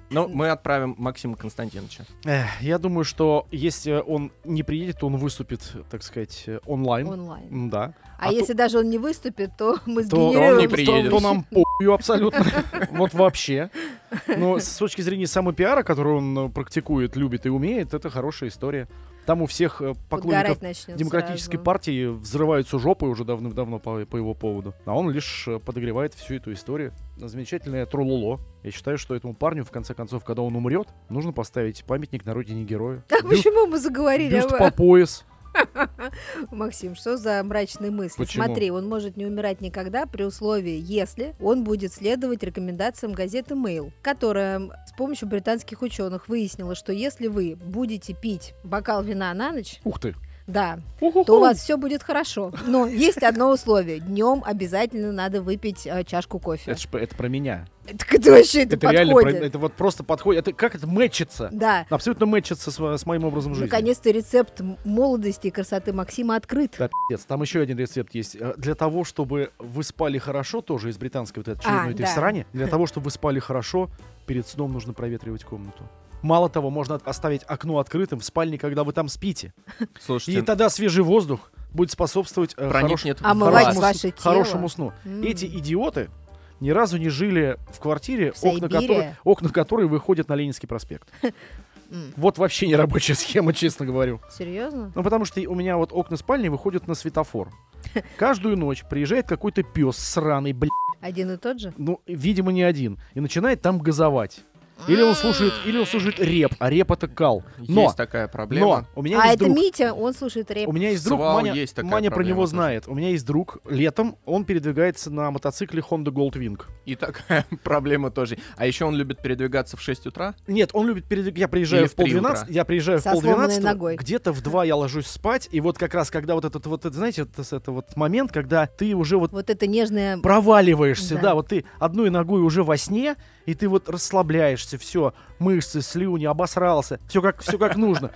S1: Но мы отправим Максима Константиновича.
S2: Эх, я думаю, что если он не приедет, то он выступит, так сказать, э, онлайн.
S3: онлайн.
S2: М, Да.
S3: А,
S2: А
S3: если даже он не выступит, то мы
S2: То он
S1: не
S3: сгенерируем
S2: то-
S1: приедет.
S2: То нам похую абсолютно. Вот вообще. Но с точки зрения самопиара, который он э, практикует, любит и умеет, это хорошая история. Там у всех э, поклонников
S3: Подгорать начнет
S2: демократической
S3: сразу.
S2: партии взрываются жопы уже давным-давно по, по его поводу. А он лишь э, подогревает всю эту историю. Замечательное трололо. Я считаю, что этому парню, в конце концов, когда он умрет, нужно поставить памятник на родине героя.
S3: Да
S2: Бюст-
S3: почему мы заговорили
S2: бюст
S3: об
S2: по пояс.
S3: Максим, что за мрачные мысли?
S2: Почему?
S3: Смотри, он может не умирать никогда при условии, если он будет следовать рекомендациям газеты Mail, которая с помощью британских ученых выяснила, что если вы будете пить бокал вина на ночь,
S2: Ух ты.
S3: да, то
S2: Уху-ху.
S3: у вас все будет хорошо. Но есть одно условие: днем обязательно надо выпить э, чашку кофе.
S2: Это, ж п- это про меня.
S3: Так это вообще это
S2: Это, реально про-
S3: подходит.
S2: Это вот просто подходит. Это как это мэчится?
S3: Да.
S2: Абсолютно мэчится с, мо- с моим
S3: Ну,
S2: образом жизни.
S3: Наконец-то рецепт м- молодости и красоты Максима открыт.
S2: Да, пиздец. Там еще один рецепт есть. Э, Для того, чтобы вы спали хорошо, тоже из британской вот этой очередной
S3: А,
S2: этой
S3: да.
S2: срани, для того, чтобы вы спали хорошо, перед сном нужно проветривать комнату. Мало того, можно от- оставить окно открытым в спальне, когда вы там спите. И
S1: Слушайте,
S2: тогда свежий воздух будет способствовать э, хорош-
S1: проникнет в вас.
S3: Омывать
S2: хорошему,
S3: ваше
S2: сну-
S3: тело.
S2: хорошему сну.
S3: М.
S2: Эти идиоты ни разу не жили в квартире,
S3: В
S2: окна
S3: Сибири?
S2: которой, окна которой выходят на Ленинский проспект.
S3: М.
S2: Вот вообще не рабочая схема, честно говорю.
S3: Серьезно?
S2: Ну, потому что у меня вот окна спальни выходят на светофор. Каждую ночь приезжает какой-то пес сраный, блядь,
S3: Один и тот же?
S2: ну, видимо, не один, и начинает там газовать. Или он слушает, или он слушает реп, а реп это кал. Но,
S1: Есть такая проблема.
S2: но у меня
S3: А
S2: есть
S3: это
S2: друг.
S3: Митя, он слушает рэп.
S2: У меня есть друг,
S1: Свал
S2: Маня,
S1: есть такая
S2: Маня про
S1: проблема
S2: него
S1: тоже.
S2: знает. У меня есть друг, летом он передвигается на мотоцикле Honda Goldwing.
S1: И такая проблема тоже. А еще он любит передвигаться в 6 утра.
S2: Нет, он любит передвиг... Я приезжаю
S1: Или
S2: в
S1: в три
S2: полдвенадцать,
S1: утра.
S2: я приезжаю в
S3: Со сломанной
S2: полдвенадцатого,
S3: ногой.
S2: где-то в два я ложусь спать, и вот как раз когда вот этот вот, это, знаете, вот это, это вот момент, когда ты уже вот
S3: Вот это нежное...
S2: проваливаешься, да.
S3: Да.
S2: вот ты одной ногой уже во сне, и ты вот расслабляешься, все, мышцы, слюни, обосрался, все как, все как нужно.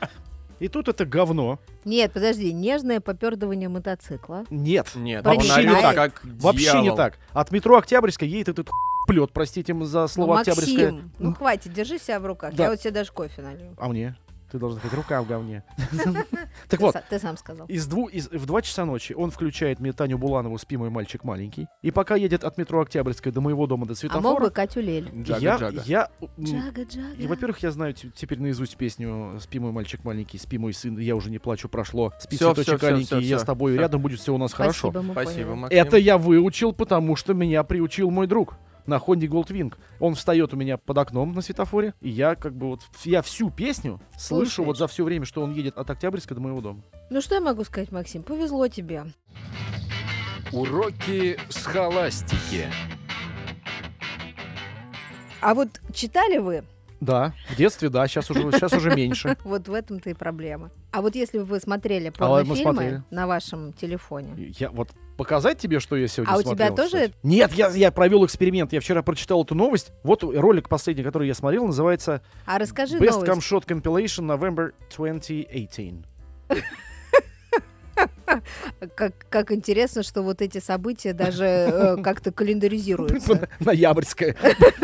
S2: И тут это говно.
S3: Нет, подожди, нежное попердывание мотоцикла.
S2: Нет.
S1: Нет,
S3: Вообще
S1: он
S3: не
S1: орёт,
S2: так.
S1: как
S2: Вообще не
S1: дьявол.
S2: так. От метро Октябрьская едет этот плет, простите м- за
S3: Ну,
S2: слово Октябрьская.
S3: Максим, ну хватит, держи себя в руках.
S2: Да.
S3: Я вот себе даже кофе налью.
S2: А мне? Ты должен сказать, рука в говне. Так
S3: Ты
S2: вот,
S3: са- Ты сам сказал.
S2: из дву, из, в 2 часа ночи он включает мне Таню Буланову «Спи, мой мальчик маленький». И пока едет от метро Октябрьской до моего дома, до
S3: А мог
S2: светофора,
S3: бы Катю Лель.
S1: Джага,
S2: я,
S1: джага.
S2: я, м,
S3: Джага-джага.
S2: И, во-первых, я знаю те- теперь наизусть песню «Спи, мой мальчик маленький, спи, мой сын, я уже не плачу, прошло, спи,
S1: Всё, всё,
S2: цветочек
S1: всё,
S2: аленький,
S1: всё,
S2: я
S1: всё.
S2: с тобой,
S1: Всё.
S2: рядом будет все у нас хорошо».
S3: Спасибо, мы
S1: Спасибо,
S3: поняли.
S1: Максим.
S2: Это я выучил, потому что меня приучил мой друг на Хонде Голдвинг. Он встает у меня под окном на светофоре, и я как бы вот, в- я всю песню слышу
S3: Слушаешь.
S2: вот за все время, что он едет от Октябрьска до моего дома.
S3: Ну что я могу сказать, Максим? Повезло тебе.
S4: Уроки схоластики.
S3: А вот читали вы?
S2: Да, в детстве, да, сейчас уже, сейчас уже меньше.
S3: Вот в этом-то и проблема. А вот если бы вы
S2: А
S3: смотрели
S2: вот
S3: порнофильмы
S2: мы смотрели.
S3: на вашем телефоне,
S2: Я вот показать тебе, что я сегодня
S3: А у тебя
S2: смотрел,
S3: тоже-
S2: кстати? Нет, я, я провел эксперимент. Я вчера прочитал эту новость. Вот ролик последний, который я смотрел, называется
S3: а расскажи
S2: Best
S3: новость.
S2: Come Shot Compilation November 2018.
S3: Как, как интересно, что вот эти события даже э, как-то календаризируются.
S2: Ноябрьская.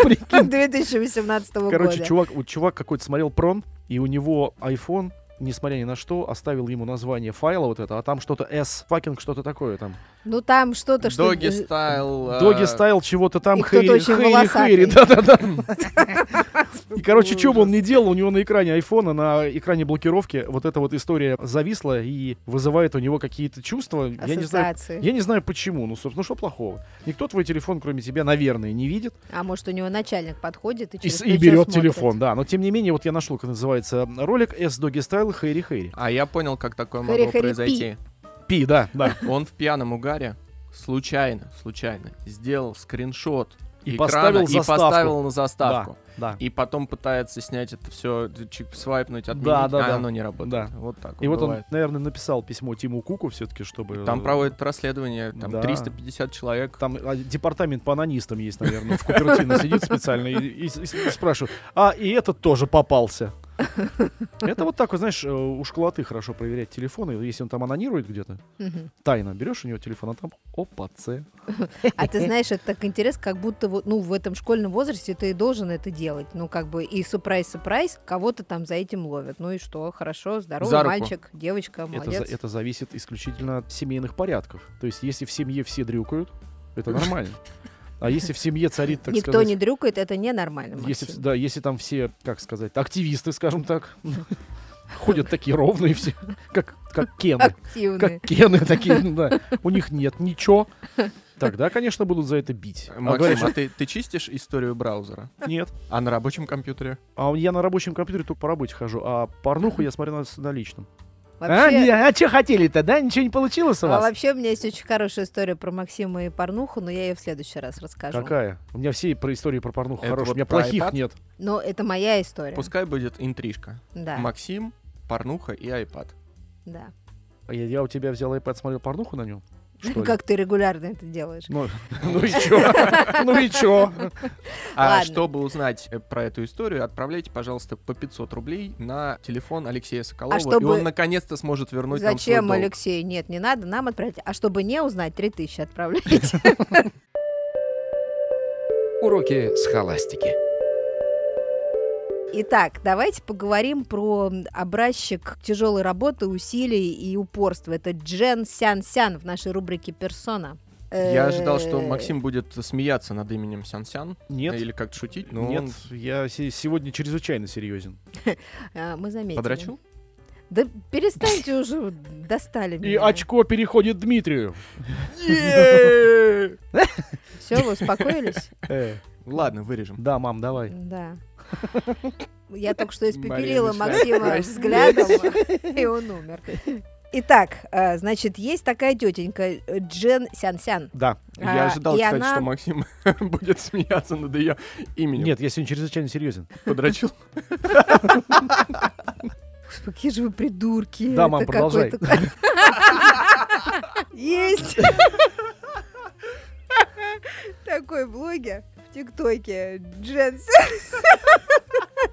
S3: 2018 года.
S2: Короче, чувак, вот чувак какой-то смотрел прон, и у него iPhone несмотря ни на что, оставил ему название файла вот это, а там что-то S, fucking что-то такое там.
S3: Ну там что-то, что...
S1: Доги стайл. э,
S2: Доги стайл чего-то там,
S3: и кто-то
S2: хэри,
S3: очень
S2: хэри,
S3: волосатый.
S2: хэри, да-да-да. И, короче, что бы он не делал, у него на экране айфона, на экране блокировки вот эта вот история зависла и вызывает у него какие-то чувства. Я не знаю,
S3: Ассоциации.
S2: я не знаю почему, ну, собственно, что плохого? Никто твой телефон, кроме тебя, наверное, не видит.
S3: А может, у него начальник подходит и
S2: И,
S3: через
S2: с- и
S3: плечо
S2: берет
S3: смотрит.
S2: телефон, да. Но тем не менее, вот я нашел, как называется ролик S Doggy Style Хэри Хэри.
S1: А я понял, как такое
S3: Хэри,
S1: могло
S3: хэри,
S1: произойти.
S2: Пи, да, да.
S1: Он в пьяном угаре случайно, случайно сделал скриншот
S2: И
S1: экрана
S2: поставил
S1: и
S2: заставку.
S1: поставил на заставку.
S2: Да.
S1: И потом пытается снять это все, свайпнуть, отменить,
S2: Да, да,
S1: а
S2: да.
S1: оно не работает.
S2: Да.
S1: Вот так
S2: И вот он,
S1: бывает.
S2: наверное, написал письмо Тиму Куку все-таки, чтобы...
S1: Там
S2: э,
S1: проводят расследование, там
S2: Да.
S1: 350 человек.
S2: Там а, департамент по анонистам есть, наверное, в Купертино сидит специально и, и- и спрашивают. А, и этот тоже попался. Это вот так, вот, знаешь, э, у школоты хорошо проверять телефоны. Если он там анонирует где-то,
S3: Мгм.
S2: тайно берешь у него телефон, а там опа, це.
S3: А ты знаешь, это так интересно, как будто вот, ну, в этом школьном возрасте ты и должен это делать. Ну, как бы и сюрприз-сюрприз, кого-то там за этим ловят. Ну и что, хорошо, здоровый
S1: За руку.
S3: мальчик, девочка,
S2: Это, за-
S3: молодец.
S2: это зависит исключительно от семейных порядков. То есть, если в семье все дрюкают, это нормально. А если в семье царит, так
S3: Никто
S2: сказать...
S3: не дрюкает, это ненормально,
S2: Если,
S3: Максим.
S2: в- да, если там все, как сказать, активисты, скажем так, ходят такие ровные все, как, как кены.
S3: Активные.
S2: Как кены такие, да. У них нет ничего. Тогда, конечно, будут за это бить. А
S1: Максим,
S2: говоришь,
S1: а ты, ты чистишь историю браузера?
S2: нет.
S1: А на рабочем компьютере?
S2: А он- я на рабочем компьютере только по работе хожу, а порнуху я смотрю на, с- на личном. А,
S3: Вообще-
S2: что хотели-то, да? Ничего не получилось
S3: А вообще у меня есть очень хорошая история про Максима и порнуху, но я ее в следующий раз расскажу.
S2: Какая? У меня все про истории про порнуху
S1: Это
S2: хорошие.
S1: вот
S2: у меня
S1: про
S2: плохих
S1: iPad?
S2: нет.
S3: Но это моя история.
S1: Пускай будет интрижка.
S3: Да,
S1: Максим, порнуха и iPad.
S3: да.
S2: А Я, я у тебя взял iPad, смотрел порнуху на нем? Что ли?
S3: Ну, Как ты регулярно это делаешь.
S2: Ну, ну и чё? Ну и чё?
S1: А
S3: Ладно.
S1: чтобы узнать э, про эту историю, отправляйте, пожалуйста, по 500 рублей на телефон Алексея Соколова, и
S3: А чтобы-
S1: он наконец-то сможет вернуть нам Ну, свой
S3: Зачем,
S1: долг.
S3: Алексей? Нет, не надо нам отправлять. А чтобы не узнать, 3000 отправляйте.
S4: Уроки схоластики.
S3: Итак, давайте поговорим про м, образчик тяжелой работы, усилий и упорства. Это Джен Сян Сян в нашей рубрике «Персона».
S1: Я ожидал, что
S3: Э,
S1: Максим будет смеяться над именем Сян-Сян э,
S2: Нет. Ну,
S1: или как-то шутить, но
S2: Нет,
S1: Ну, он
S2: я се- сегодня чрезвычайно серьезен.
S3: э, Мы заметили.
S1: подрочил.
S3: Да перестаньте уже, вы достали
S2: И
S3: меня.
S2: очко переходит Дмитрию.
S3: Все, вы успокоились?
S2: Э,
S1: Ладно, вырежем.
S2: Да, мам, давай.
S3: Да. Я только что испепелила
S1: Марина
S3: Максима
S1: начинает
S3: взглядом, и он умер. Итак, э, значит, есть такая тетенька э, Джен Сян-Сян.
S2: Да.
S1: Я
S3: А,
S1: ожидал,
S3: и
S1: кстати,
S3: она-
S1: что Максим будет смеяться над ее именем.
S2: Нет, я сегодня чрезвычайно серьезен.
S1: подрочил.
S3: Господи, Какие же вы придурки.
S2: Да, мам,
S3: Это
S2: продолжай.
S3: какой-то- Есть. Такой блогер в ТикТоке. Джен Сян-Сян.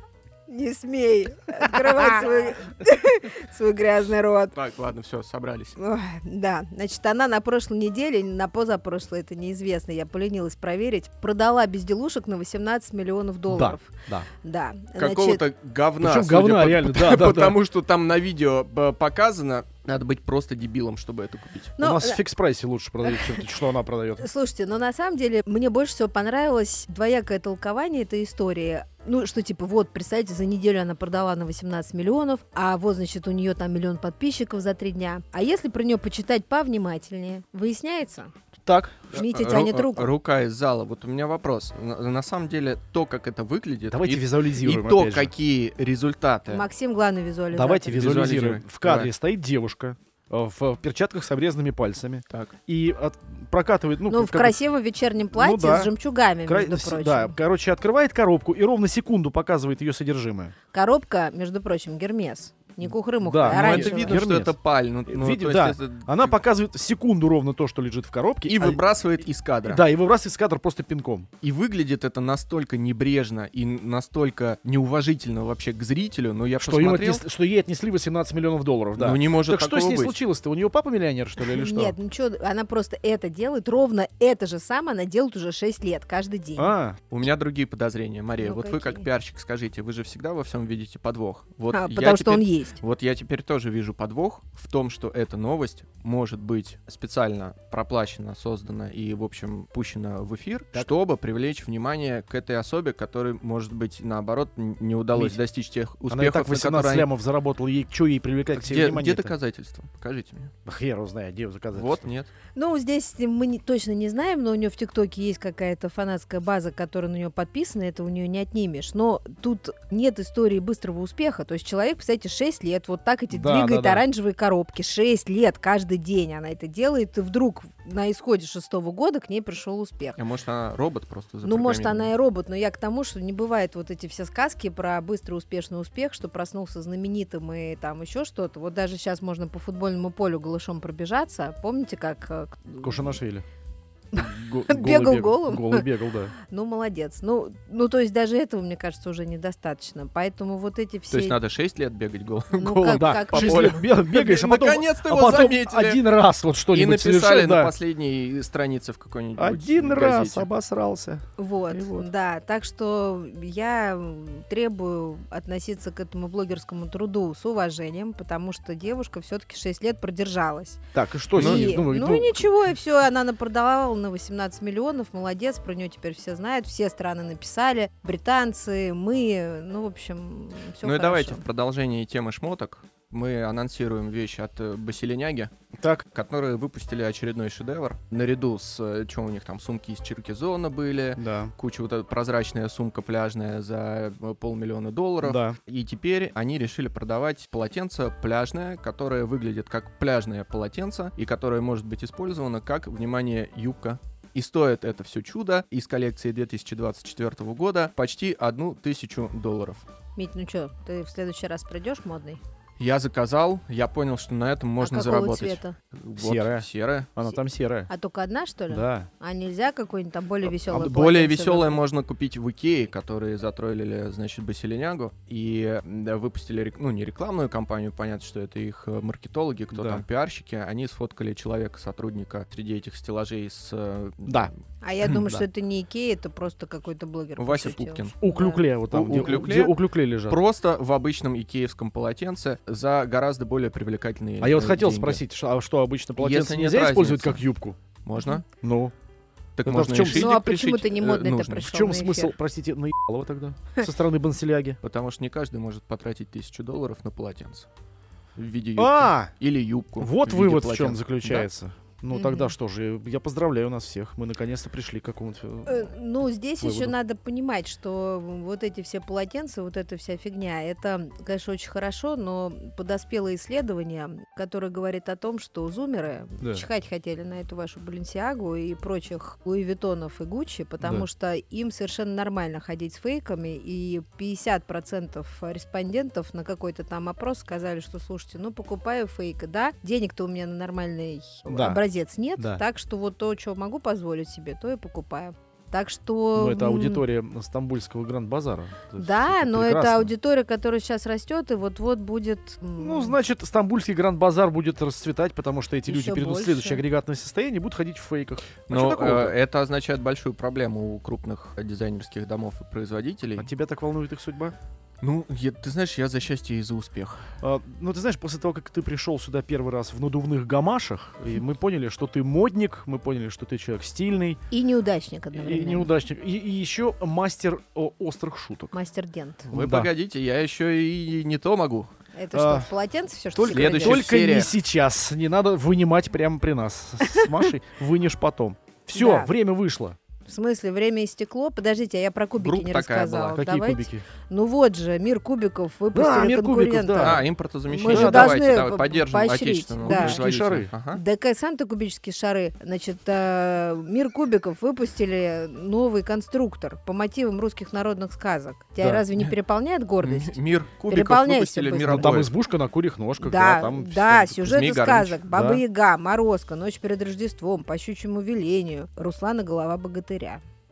S3: Не смей открывать свой- свой грязный рот.
S1: Так, ладно, все, собрались.
S3: Ой, Да, значит, она на прошлой неделе, на позапрошлой, это неизвестно, я поленилась проверить, продала безделушек на 18 миллионов долларов.
S2: Да.
S3: Да. значит,
S1: Какого-то говна.
S2: Причем
S1: судя
S2: говна,
S1: по-
S2: реально, да, да, да.
S1: Потому что там на видео б, показано, надо быть просто дебилом, чтобы это купить.
S2: У
S3: ну,
S2: нас в
S3: э,
S2: фикс-прайсе лучше продают, чем то, что она продает.
S3: Слушайте, но на самом деле мне больше всего понравилось двоякое толкование этой истории. Ну, что типа, вот, представьте, за неделю она продала на 18 миллионов, а вот, значит, у нее там миллион подписчиков за три дня. А если про нее почитать повнимательнее, выясняется,
S2: Так.
S3: Митя
S1: Ру-
S3: тянет
S1: э,
S3: руку.
S1: Рука из зала. Вот у меня вопрос. На, на самом деле, то, как это выглядит, и,
S2: Давайте
S1: и
S2: визуализируем.
S1: то,
S2: опять же.
S1: какие результаты.
S3: Максим главный визуализатор.
S2: Давайте
S1: Визуализируем.
S2: визуализируем. В кадре
S1: Давай.
S2: стоит девушка э, в перчатках с обрезанными пальцами
S1: Так.
S2: и от- прокатывает, ну,
S3: Ну, в
S2: как бы Ну
S3: красивом вечернем платье
S2: да.
S3: с жемчугами,
S2: кра-
S3: между
S2: с-
S3: прочим.
S2: Да, короче, открывает коробку и ровно секунду показывает ее содержимое.
S3: Коробка, между прочим, гермес. Не кухры-мухры,
S2: Да,
S3: а
S1: Ну, это
S3: оранжевая.
S1: видно, что
S2: Гермес.
S1: это паль. Ну, ну,
S2: Видим,
S1: то есть
S2: да.
S1: это-
S2: Она показывает в секунду ровно то, что лежит в коробке.
S1: И
S2: а-
S1: выбрасывает из кадра.
S2: Да, и выбрасывает из кадра просто пинком.
S1: И выглядит это настолько небрежно и настолько неуважительно вообще к зрителю, но я
S2: Что, им
S1: посмотрел,
S2: отнес- что ей отнесли 18 миллионов долларов, да.
S1: ну не может
S2: так что
S1: такого
S2: с ней
S1: быть.
S2: случилось-то? У нее папа миллионер, что ли, или что?
S3: Нет, ничего, она просто это делает, ровно это же самое она делает уже 6 лет, каждый день.
S2: А,
S1: У меня другие подозрения, Мария.
S3: Ну,
S1: вот вы как
S3: какие?
S1: пиарщик скажите, вы же всегда во всем видите подвох. Вот
S3: А,
S1: я
S3: потому что он
S1: теперь-
S3: есть.
S1: Вот я теперь тоже вижу подвох в том, что эта новость может быть специально проплачена, создана и, в общем, пущена в эфир,
S2: Так.
S1: чтобы привлечь внимание к этой особе, которой, может быть, наоборот, н- не удалось
S2: Мить,
S1: достичь тех успехов,
S2: она и так
S1: на
S2: 18
S1: которые они-
S2: лямов заработала, ей, что ей привлекать к себе
S1: Где, где
S2: внимание
S1: доказательства? Покажите мне.
S2: Хер его знает, где заказать.
S1: Вот нет.
S3: Ну, здесь мы не- точно не знаем, но у нее в ТикТоке есть какая-то фанатская база, которая на нее подписана, это у нее не отнимешь. Но тут нет истории быстрого успеха. То есть человек, представляете, 6 лет вот так эти
S2: Да,
S3: двигает
S2: да, да.
S3: оранжевые коробки. 6 лет каждый день она это делает, и вдруг на исходе шестого года к ней пришел успех.
S1: А может, она робот просто
S3: Ну, может, она и робот, но я к тому, что не бывает вот эти все сказки про быстрый успешный успех, что проснулся знаменитым и там еще что-то. Вот даже сейчас можно по футбольному полю голышом пробежаться. Помните, как... э, к-
S2: Кушанашвили.
S3: Бегал голым?
S2: Голый бегал, да.
S3: Ну, молодец. Ну, ну, то есть даже этого, мне кажется, уже недостаточно. Поэтому вот эти все...
S1: То есть надо 6 лет бегать гол-
S3: Ну,
S1: голым.
S3: как-
S2: Да,
S3: по
S2: шесть
S1: полю.
S2: лет бе- бегаешь, а потом...
S1: Наконец-то
S2: а
S1: его
S2: потом
S1: заметили.
S2: один раз вот
S1: И
S2: что-нибудь
S1: написали
S2: совершил,
S1: на
S2: да.
S1: последней странице в какой-нибудь
S2: Один
S1: газете.
S2: раз обосрался.
S3: Вот,
S2: И вот.
S3: да. Так что я м, требую относиться к этому блогерскому труду с уважением, потому что девушка все-таки 6 лет продержалась.
S2: Так, и что с
S1: Ну,
S2: ней?
S3: И- ну,
S2: Ну,
S3: и
S2: ну,
S3: ничего, и все, она напродавала на 18 миллионов, молодец, про нее теперь все знают, все страны написали, британцы, мы, ну, в общем, все
S1: ну и давайте в продолжении темы шмоток мы анонсируем вещь от э, Басилиняги,
S2: Так,
S1: которые выпустили очередной шедевр. Наряду с, что у них там, сумки из Черкизона были,
S2: да.
S1: куча вот эта прозрачная сумка пляжная за э, полмиллиона долларов.
S2: Да.
S1: И теперь они решили продавать полотенце пляжное, которое выглядит как пляжное полотенце и которое может быть использовано как, внимание, юбка. И стоит это все чудо из коллекции 2024 года почти одну тысячу долларов.
S3: Мить, ну что, ты в следующий раз придешь модный?
S1: Я заказал, я понял, что на этом можно
S3: а какого
S1: заработать.
S3: цвета?
S1: Вот,
S2: Серая.
S1: Серая.
S2: Она там серая.
S3: А только одна, что ли?
S2: Да.
S3: А нельзя какой-нибудь там более веселый?
S1: А Более веселое можно купить в Икее, которые затроллили, значит, Басилинягу и м, да, выпустили, рек- ну, не рекламную кампанию, понятно, что это их э, маркетологи, кто
S2: Да.
S1: там пиарщики, они сфоткали человека, сотрудника среди этих стеллажей с... э,
S2: Да.
S3: А я думаю,
S1: Да.
S3: что это не Икея, это просто какой-то блогер.
S1: Вася
S3: пошутил.
S1: Пупкин.
S3: Да.
S2: Уклюкле, вот там,
S1: У-
S2: где,
S1: уклюкле?
S2: где уклюкле лежат.
S1: Просто в обычном икеевском полотенце за гораздо более привлекательные
S2: А я вот
S1: э,
S2: хотел
S1: деньги.
S2: спросить, что, а что обычно полотенце
S1: Если нет
S2: нельзя использовать
S1: разницы.
S2: как юбку?
S1: Можно?
S2: Ну,
S1: Так
S2: Это
S1: можно
S2: в чем
S1: и шить,
S3: Ну а
S2: Шильдик
S3: почему
S2: пришить,
S3: ты не
S1: э,
S3: модный это
S1: нужно. В
S3: пришел
S2: в чем
S3: на эфир?
S2: смысл, простите, наебалово тогда? Со стороны Банселяги.
S1: Потому что не каждый может потратить тысячу долларов на полотенце. в виде юбки.
S2: А,
S1: Или юбку.
S2: вот
S1: в виде
S2: вывод в
S1: полотенца.
S2: чем заключается. Ну тогда
S3: Мгм.
S2: что же, я поздравляю нас всех. Мы наконец-то пришли к какому-то...
S3: Э, Ну, здесь еще
S2: выводу.
S3: надо понимать, что вот эти все полотенца, вот эта вся фигня, это, конечно, очень хорошо, но подоспело исследование, которое говорит о том, что зумеры
S2: Да.
S3: чихать хотели на эту вашу Баленсиагу и прочих Луи Витонов и Гуччи, потому
S2: Да.
S3: что им совершенно нормально ходить с фейками, и 50% респондентов на какой-то там опрос сказали, что, слушайте, ну, покупаю фейк, да, денег-то у меня на нормальный
S2: Да.
S3: образец нет,
S2: Да.
S3: так что вот то, что могу позволить себе, то и покупаю. Так
S2: Ну,
S3: что...
S2: это
S3: м,
S2: аудитория Стамбульского Гранд-базара. То есть
S3: Да, но
S2: прекрасно.
S3: это аудитория, которая сейчас растет и вот-вот будет... м,
S2: Ну, значит, Стамбульский Гранд-базар будет расцветать, потому что эти люди
S3: Ещё
S2: перейдут в
S3: больше.
S2: следующее агрегатное состояние и будут ходить в фейках. А чё
S1: Но
S2: такого-то?
S1: э, это означает большую проблему у крупных э, дизайнерских домов и производителей.
S2: А тебя так волнует их судьба?
S1: Ну, я- ты знаешь, я за счастье и за успех.
S2: А, ну, ты знаешь, после того, как ты пришел сюда первый раз в надувных гамашах, и мы поняли, что ты модник, мы поняли, что ты человек стильный
S3: И неудачник
S2: и
S3: одновременно.
S2: неудачник, и, еще мастер о, острых шуток.
S3: Мастер Дент.
S1: Вы
S2: Да.
S1: погодите, я еще и не то могу.
S3: Это
S2: А,
S3: что, полотенце все, что ты
S1: только- следующая
S3: кладёшь?
S2: Только
S1: серия.
S2: не сейчас, не надо вынимать прямо при нас с с Машей, вынешь потом. Все,
S3: Да.
S2: время вышло.
S3: В смысле, время истекло? Подождите, а я про кубики
S1: Группа
S3: не
S1: такая была.
S3: рассказала.
S2: Какие
S3: Давайте.
S2: кубики?
S3: Ну вот же, мир кубиков выпустили
S2: Да, «Мир кубиков»,
S3: конкурента.
S2: да.
S1: А, импортозамещение.
S2: Мы
S1: Да,
S2: же
S1: давайте,
S3: должны
S1: давай,
S3: по-
S1: поддержим
S3: поощрить,
S1: отечественного
S3: да.
S1: производителя.
S2: Кубические шары.
S1: Ага.
S3: Да ка- сам-то кубические шары. Значит, э, мир кубиков выпустили новый конструктор по мотивам русских народных сказок. Тебя
S2: Да.
S3: разве не переполняет гордость?
S1: М- Мир кубиков
S3: Переполняйся
S1: выпустили
S3: быстро.
S2: Ну, там
S1: мировой.
S2: избушка на курьих ножках, да,
S3: Да,
S2: там
S3: да,
S2: всё. типа,
S3: сюжеты
S1: Змей Горыныч.
S3: сказок. Баба Яга, Морозко, Ночь перед Рождеством, По щучьему велению, Руслана голова богатыря.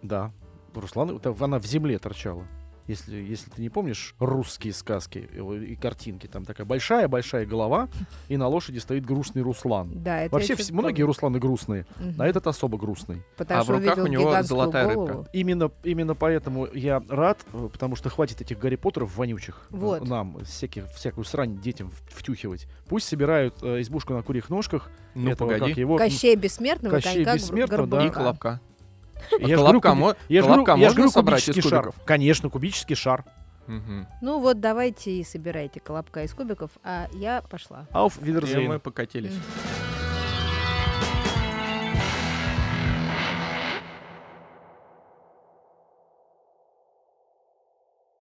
S2: Да. Руслан, это она в земле торчала. Если, если ты не помнишь русские сказки э, и картинки, там такая большая-большая голова, и на лошади стоит грустный Руслан.
S3: Да, это
S2: Вообще
S3: я чё-то
S2: вс- многие
S3: помню.
S2: Русланы грустные,
S3: Мгм.
S2: а этот особо грустный.
S3: Потому
S1: А в
S3: что
S1: руках
S3: увидел
S1: у него
S3: гигантскую
S1: золотая рыбка.
S3: голову.
S2: Именно, именно поэтому я рад, э, потому что хватит этих Гарри Поттеров вонючих э,
S3: Вот.
S2: нам, всяких, всякую срань детям в- втюхивать. Пусть собирают э, избушку на курьих ножках,
S1: Ну,
S2: этого,
S1: погоди.
S2: как его...
S3: Кощей бессмертного,
S2: Кощей
S3: конька Гр-
S2: Бессмертного, да.
S1: И
S3: Горбунка.
S1: колобка.
S2: Я ж говорю,
S1: колобка,
S2: куби-
S1: А мо-
S2: я ж говорю-
S1: колобка
S2: я ж говорю,
S1: можно собрать из
S2: кубический шар.
S1: кубиков?
S2: Конечно, кубический шар.
S1: Мгм.
S3: Ну вот давайте и собирайте колобка из кубиков, а я пошла.
S2: Ауф
S1: И
S2: Видерзейн.
S1: мы покатились.